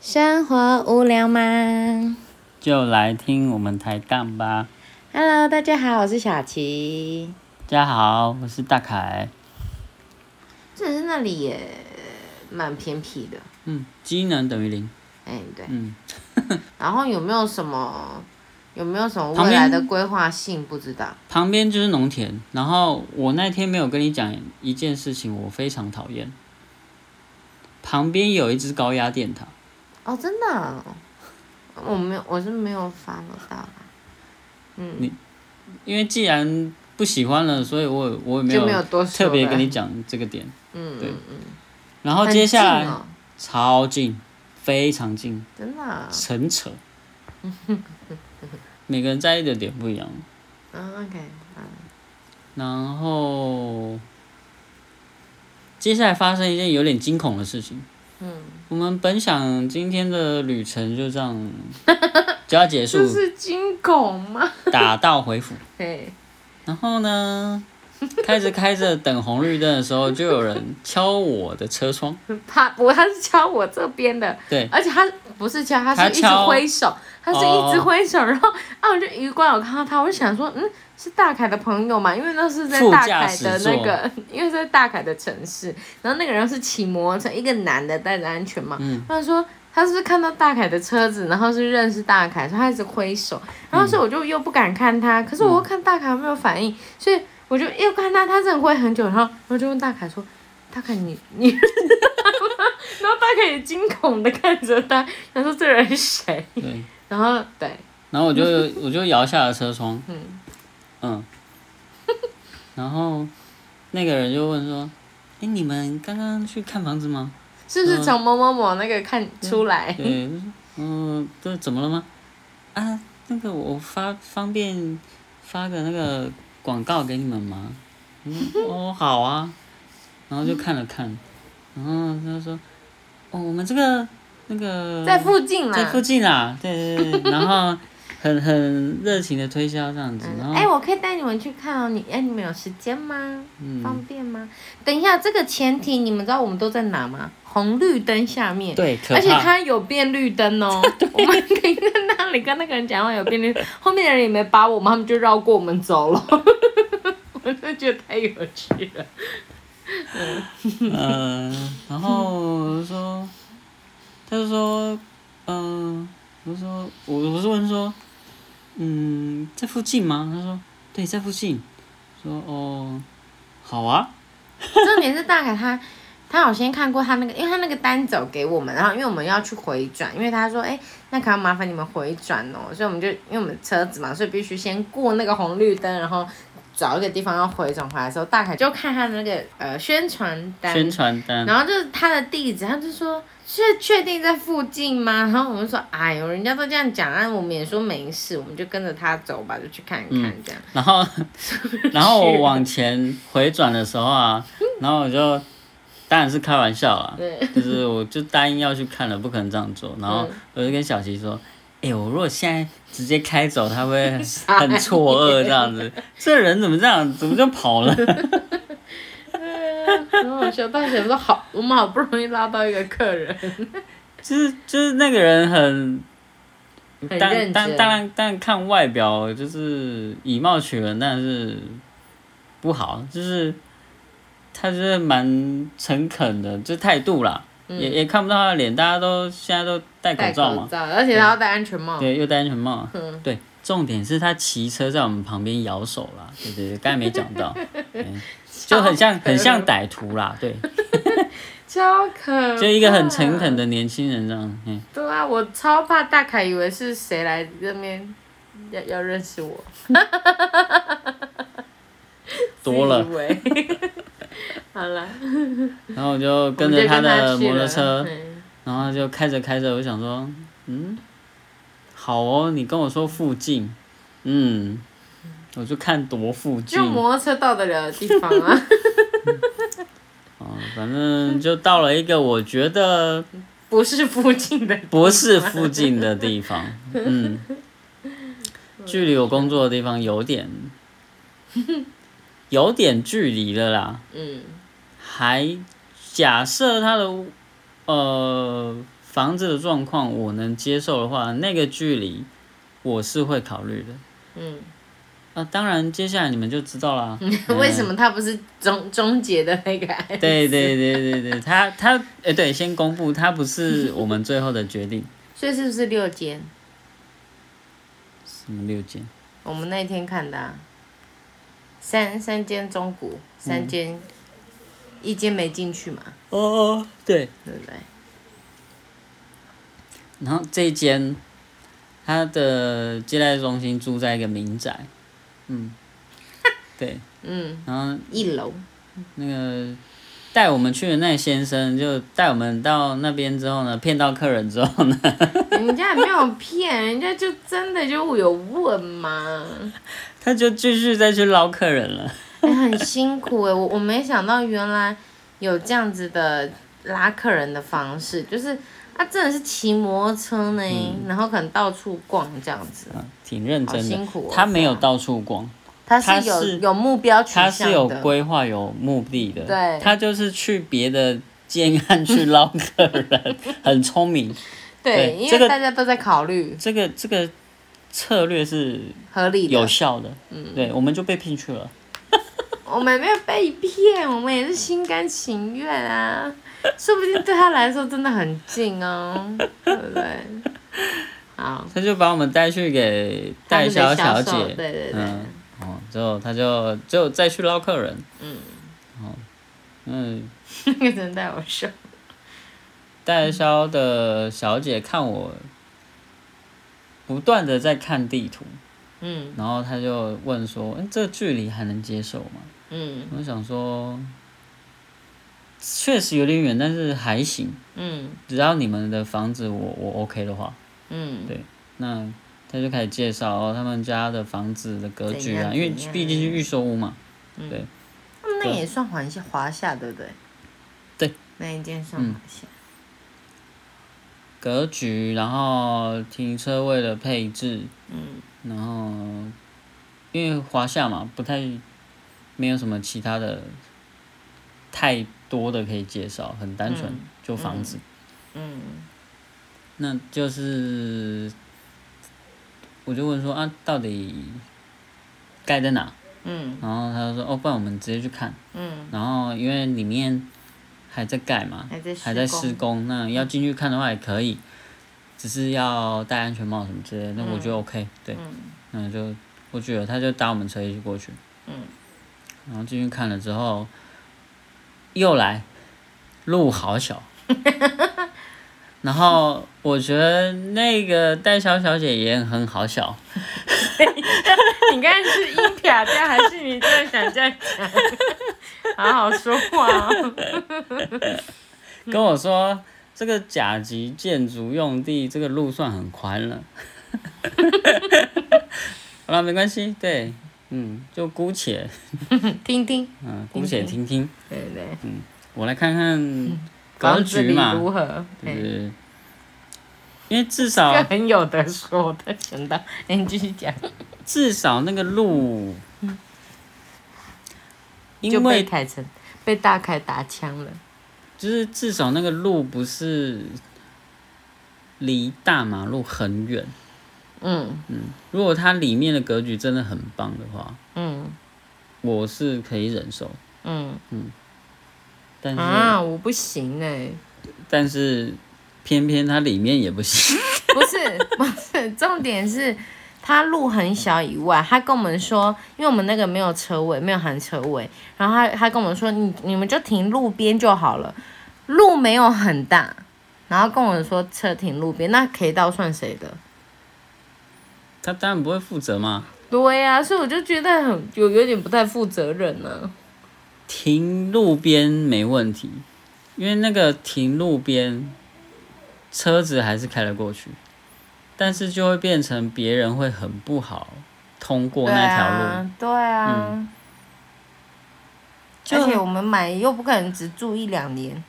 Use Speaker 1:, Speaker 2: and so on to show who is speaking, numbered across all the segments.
Speaker 1: 生活无聊吗
Speaker 2: 就来听我们抬杠吧。
Speaker 1: ？Hello，大家好，我是小琪。
Speaker 2: 大家好，我是大凯。
Speaker 1: 这是那里也蛮偏僻的，
Speaker 2: 嗯，机能等于零。
Speaker 1: 哎、对。
Speaker 2: 嗯，
Speaker 1: 然后有没有什么有没有什么
Speaker 2: 旁
Speaker 1: 未
Speaker 2: 边
Speaker 1: 来的规划性？不知道。
Speaker 2: 旁边就是农田。然后我那天没有跟你讲一件事情，我非常讨厌。旁边有一只高压电塔，
Speaker 1: 哦，真的啊、我没有，我是没有发到啦。嗯，
Speaker 2: 因为既然不喜欢了，所以我也我也没
Speaker 1: 就
Speaker 2: 有
Speaker 1: 没有多说
Speaker 2: 特别
Speaker 1: 了
Speaker 2: 跟你讲这个点。
Speaker 1: 嗯，
Speaker 2: 对
Speaker 1: 嗯嗯
Speaker 2: 然后
Speaker 1: 很
Speaker 2: 接下
Speaker 1: 近
Speaker 2: 来
Speaker 1: 哦
Speaker 2: 超近，非常近，
Speaker 1: 真的啊、
Speaker 2: 很扯。每个人在意的点不一样。
Speaker 1: 嗯，OK，嗯，
Speaker 2: 然后接下来发生一件有点惊恐的事情。
Speaker 1: 嗯，
Speaker 2: 我们本想今天的旅程就这样 就要结束
Speaker 1: 这，是惊恐吗？
Speaker 2: 打道回府。
Speaker 1: 对，
Speaker 2: 然后呢，开着开着等红绿灯的时候，就有人敲我的车窗。
Speaker 1: 他我他是敲我这边的，
Speaker 2: 对，
Speaker 1: 而且他不是敲，他
Speaker 2: 他
Speaker 1: 是一直
Speaker 2: 敲
Speaker 1: 挥手，他是一直
Speaker 2: 哦
Speaker 1: 挥手，然后啊，我就余光有看到他，我就想说，嗯，是大凯的朋友嘛，因为那是在
Speaker 2: 副
Speaker 1: 大
Speaker 2: 驾
Speaker 1: 凯
Speaker 2: 驶
Speaker 1: 的那
Speaker 2: 座
Speaker 1: 个， 因为是在大凯的城市，然后那个人是骑摩托车，一个男的戴着安全帽，
Speaker 2: 嗯
Speaker 1: 他说。他是不是看到大凯的车子，然后是认识大凯，所以他一直挥手，然后
Speaker 2: 嗯
Speaker 1: 所以我就又不敢看他，可是我又看大凯有没有反应，所以我就又看他，他真的挥很久，然后我就问大凯说：“大凯你 你然后大概也惊恐的看着他，他说：“这人是谁
Speaker 2: 对。？”
Speaker 1: 然后对，
Speaker 2: 然后我就我就摇下了车窗，
Speaker 1: 嗯
Speaker 2: 嗯然后那个人就问说：“哎，你们刚刚去看房子吗
Speaker 1: 是
Speaker 2: 嗯
Speaker 1: 不是从某某某那个看出？”来？
Speaker 2: 对，我就说嗯，这怎么了吗？啊，那个我发方便发个那个广告给你们吗？嗯，哦，好啊。然后就看了看，然后他就说：“哦，我们这个那个
Speaker 1: 嗯在附近啊
Speaker 2: 在
Speaker 1: 啦
Speaker 2: 附。近啦，对对对，然后很很热情的推销这样子，然
Speaker 1: 嗯哎、
Speaker 2: 后
Speaker 1: 我可以带你们去看哦。你哎，你们有时间吗？方
Speaker 2: 嗯，
Speaker 1: 便吗？等一下，这个前提你们知道我们都在哪吗？红绿灯下面。
Speaker 2: 对，可
Speaker 1: 而且
Speaker 2: 怕，
Speaker 1: 它有变绿灯 哦，我们停在那里跟那个人讲话有变绿，后面的人也没把我们，他们就绕过我们走了， 我就觉得太有趣了。
Speaker 2: 嗯，然后我就说，他就说，嗯，我就说，我我是问说，嗯，在附近吗？他说，对，在附近，说哦，好啊，
Speaker 1: 重点是大凯他，他有先看过他那个，因为他那个单走给我们，然后因为我们要去回转，因为他说，哎、那可要麻烦你们回转哦，所以我们就因为我们车子嘛，所以必须先过那个红绿灯，然后找一个地方要回转回来的时候，大凯就看他的那个呃宣传单，
Speaker 2: 宣传单，
Speaker 1: 然后就是他的地址，他就说是确定在附近吗？然后我们说，哎呦，人家都这样讲，啊，我们也说没事，我们就跟着他走吧，就去看看
Speaker 2: 嗯
Speaker 1: 这样。
Speaker 2: 然后，然后我往前回转的时候啊，然后我就当然是开玩笑啦，
Speaker 1: 对
Speaker 2: 就是我就答应要去看了，不可能这样做。然后我就跟小琪说：“哎、我如果现在直接开走，他会很很错愕这样子。这人怎么这样？怎么就跑了？
Speaker 1: 然后我笑，大想说好，我们好不容易拉到一个客人，
Speaker 2: 就是就是那个人很。”
Speaker 1: 很
Speaker 2: 当
Speaker 1: 认
Speaker 2: 当
Speaker 1: 真
Speaker 2: 当然，但看外表就是以貌取人，但是不好，就是他就是蛮诚恳的，就态度啦，也也看不到他的脸，大家都现在都戴口
Speaker 1: 嗯戴
Speaker 2: 罩
Speaker 1: 口
Speaker 2: 嘛，
Speaker 1: 罩，而且他要戴安全帽。
Speaker 2: 对，又戴安全帽，
Speaker 1: 嗯
Speaker 2: 对，重点是他骑车在我们旁边摇手啦，对对对，刚才没讲 到，嗯就很像很像歹徒 啦，对，
Speaker 1: 超可怕
Speaker 2: 就一个很诚恳。的年轻人这样，嗯，
Speaker 1: 对啊，我超怕大凯以为是谁来这边要要认识我，
Speaker 2: 多了
Speaker 1: 自以， 为。好了，
Speaker 2: 然后我就
Speaker 1: 我
Speaker 2: 跟
Speaker 1: 们
Speaker 2: 着
Speaker 1: 就
Speaker 2: 他
Speaker 1: 跟
Speaker 2: 的
Speaker 1: 去
Speaker 2: 摩托
Speaker 1: 了
Speaker 2: 车。
Speaker 1: 嗯
Speaker 2: 然后就开着开着，我想说，嗯，好哦，你跟我说附近，嗯，我就看多附近
Speaker 1: 就，摩托车到得了的地方啊。
Speaker 2: 哦，反正就到了一个我觉得
Speaker 1: 不是附近的，
Speaker 2: 不是附近的地方，嗯，距离我工作的地方有点，有点距离了啦，
Speaker 1: 嗯，
Speaker 2: 还假设它的呃房子的状况我能接受的话，那个距离我是会考虑的。
Speaker 1: 嗯，
Speaker 2: 啊，当然接下来你们就知道啦。
Speaker 1: 为什么他不是终终结的那个爱？
Speaker 2: 嗯对对对对对，他他哎、对，先公布，他不是我们最后的决定。
Speaker 1: 所以是不是六间？
Speaker 2: 什么六间？
Speaker 1: 我们那天看的、啊，三三间中古，三间，一间没进去嘛，
Speaker 2: 哦，对。
Speaker 1: 对不对？
Speaker 2: 然后这一间，他的接待中心住在一个民宅， 嗯，对，
Speaker 1: 嗯，
Speaker 2: 然后
Speaker 1: 一楼，
Speaker 2: 那个带我们去的那先生就带我们到那边之后呢，骗到客人之后呢，
Speaker 1: 人家也没有骗，人家就真的就有问嘛，
Speaker 2: 他就继续再去捞客人了。
Speaker 1: 哎很辛苦哎、我我没想到原来有这样子的拉客人的方式，就是啊，真的是骑摩托车呢，然后可能到处逛这样子，
Speaker 2: 啊挺认真
Speaker 1: 好
Speaker 2: 的
Speaker 1: 辛苦哦，
Speaker 2: 他没有
Speaker 1: 是啊
Speaker 2: 到处逛，
Speaker 1: 他
Speaker 2: 他
Speaker 1: 是有
Speaker 2: 是
Speaker 1: 有目标取
Speaker 2: 他是
Speaker 1: 向
Speaker 2: 有
Speaker 1: 的，
Speaker 2: 规划、有目的的。
Speaker 1: 对
Speaker 2: 他就是去别的建案去捞客人，很聪明。 对
Speaker 1: 对，因
Speaker 2: 这
Speaker 1: 为
Speaker 2: 个
Speaker 1: 大家都在考虑
Speaker 2: 这个这个策略是
Speaker 1: 合理的，
Speaker 2: 有效的。嗯，对，我们就被骗去了。
Speaker 1: 我们没有被骗，我们也是心甘情愿啊，说不定对他来说真的很近哦，对不对？好，
Speaker 2: 他就把我们带去给代销
Speaker 1: 他是被销
Speaker 2: 小姐，
Speaker 1: 售对对对
Speaker 2: 嗯，哦，之后他就就再去捞客人，嗯，哦，嗯，
Speaker 1: 那个人带我说，
Speaker 2: 代销的小姐看我不断的在看地图，
Speaker 1: 嗯
Speaker 2: 然后他就问说，嗯，这距离还能接受吗？
Speaker 1: 嗯
Speaker 2: 我想说，确实有点远，但是还行，
Speaker 1: 嗯
Speaker 2: 只要你们的房子我我 OK 的话，
Speaker 1: 嗯，
Speaker 2: 那他就开始介绍哦，他们家的房子的格局
Speaker 1: 怎
Speaker 2: 啊，
Speaker 1: 样
Speaker 2: 因为
Speaker 1: 怎样
Speaker 2: 毕竟是预售屋嘛，
Speaker 1: 他们那也算华夏华夏对不对？
Speaker 2: 对，
Speaker 1: 那一间算华夏，
Speaker 2: 格局，然后停车位的配置，
Speaker 1: 嗯
Speaker 2: 然后因为华夏嘛，不太没有什么其他的太多的可以介绍，很单纯、
Speaker 1: 嗯
Speaker 2: 就房子，
Speaker 1: 嗯
Speaker 2: 那就是我就问说啊，到底盖在哪？
Speaker 1: 嗯
Speaker 2: 然后他就说哦，不然我们直接去看。
Speaker 1: 嗯，
Speaker 2: 然后因为里面还在盖嘛，
Speaker 1: 还在
Speaker 2: 还在
Speaker 1: 工
Speaker 2: 施工，那要进去看的话也可以，只是要戴安全帽什么之类的，那我觉得 OK，、对，那就过去了，他就搭我们车一起过去，
Speaker 1: 嗯，
Speaker 2: 然后进去看了之后，又来，路 好小，然后我觉得那个代销小姐也很好小，
Speaker 1: 你刚才是音撇掉，还是你真的想这样讲？好好说话哦。嗯
Speaker 2: 跟我说这个甲级建筑用地这个路算很宽了。 好了，没关系，对，嗯，就姑且，
Speaker 1: 听听，
Speaker 2: 嗯，姑且听听，
Speaker 1: 对对对，
Speaker 2: 我来看看格
Speaker 1: 房子
Speaker 2: 局
Speaker 1: 里
Speaker 2: 嘛，
Speaker 1: 如何？
Speaker 2: 就
Speaker 1: 哎
Speaker 2: 是，因为至
Speaker 1: 这个
Speaker 2: 少
Speaker 1: 很有的说，我突然想到， 哎你继续讲，
Speaker 2: 至少那个路，
Speaker 1: 就
Speaker 2: 因
Speaker 1: 被
Speaker 2: 为
Speaker 1: 凯成被大凯打枪了。
Speaker 2: 就是至少那个路不是离大马路很远，
Speaker 1: 嗯
Speaker 2: 如果它里面的格局真的很棒的话，
Speaker 1: 嗯
Speaker 2: 我是可以忍受，
Speaker 1: 嗯
Speaker 2: 但是、
Speaker 1: 啊，我不行哎、
Speaker 2: 但是偏偏它里面也不行。
Speaker 1: 不是 不是，重点是他路很小以外，他跟我们说，因为我们那个没有车位，没有含车位，然后他他跟我们说，你你们就停路边就好了，路没有很大，然后跟我们说车停路边，那 K 道算谁的？
Speaker 2: 他当然不会负责嘛，
Speaker 1: 对呀、所以我就觉得很有有点不太负责任啊呢、
Speaker 2: 停路边没问题，因为那个停路边，车子还是开了过去，但是就会变成别人会很不好通过那条路。嗯
Speaker 1: 对啊，
Speaker 2: 就
Speaker 1: 而且我们买又不可能只住一两年，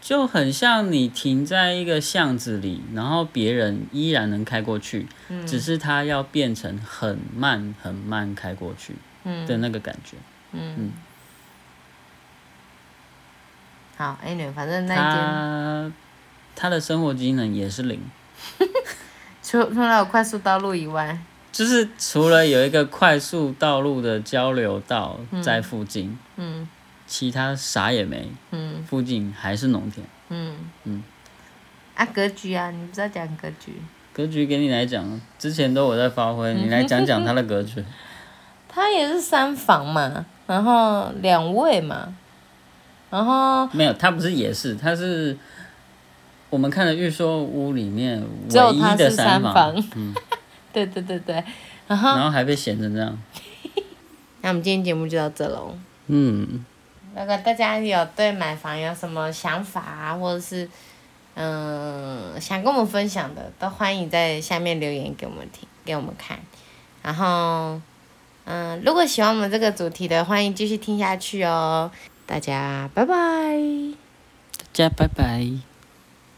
Speaker 2: 就很像你停在一个巷子里，然后别人依然能开过去，
Speaker 1: 嗯
Speaker 2: 只是他要变成很慢很慢开过去的那个感觉。
Speaker 1: 嗯。好，anyway，反正那一间
Speaker 2: 他他的生活机能也是零，
Speaker 1: 除除了有快速道路以外，
Speaker 2: 就是除了有一个快速道路的交流道在附近，
Speaker 1: 嗯
Speaker 2: 其他啥也没，
Speaker 1: 嗯
Speaker 2: 附近还是农田。
Speaker 1: 嗯
Speaker 2: 嗯，
Speaker 1: 啊格局啊，你不知道讲格局，
Speaker 2: 格局给你来讲，之前都我在 发挥，你来讲讲他的格局。
Speaker 1: 它也是三房嘛，然后两卫嘛，然后
Speaker 2: 没有，他不是也是，他是我们看的预售屋里面
Speaker 1: 只有
Speaker 2: 唯
Speaker 1: 它
Speaker 2: 一
Speaker 1: 是
Speaker 2: 的
Speaker 1: 三
Speaker 2: 房，嗯
Speaker 1: 房， 对对对对，然后
Speaker 2: 然后还被闲成这样。
Speaker 1: 那我们今天节目就到这喽。
Speaker 2: 嗯，
Speaker 1: 如果大家有对买房有什么想法啊，或者是嗯、想跟我们分享的，都欢迎在下面留言给我们听，给我们看。然后嗯、如果喜欢我们这个主题的，欢迎继续听下去哦。大家拜拜。
Speaker 2: 大家拜拜。